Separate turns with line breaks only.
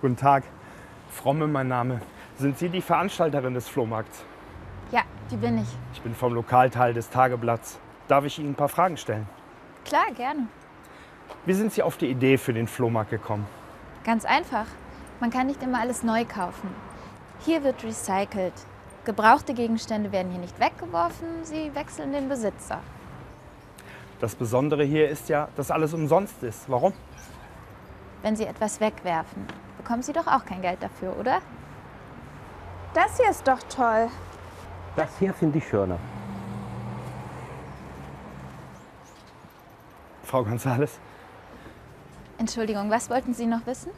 Guten Tag, Fromme mein Name. Sind Sie die Veranstalterin des Flohmarkts?
Ja, die bin ich.
Ich bin vom Lokalteil des Tageblatts. Darf ich Ihnen ein paar Fragen stellen?
Klar, gerne.
Wie sind Sie auf die Idee für den Flohmarkt gekommen?
Ganz einfach. Man kann nicht immer alles neu kaufen. Hier wird recycelt. Gebrauchte Gegenstände werden hier nicht weggeworfen, sie wechseln den Besitzer.
Das Besondere hier ist ja, dass alles umsonst ist. Warum?
Wenn sie etwas wegwerfen, bekommen sie doch auch kein Geld dafür, oder?
Das hier ist doch toll.
Das hier finde ich schöner.
Frau Gonzales,
Entschuldigung, was wollten Sie noch wissen?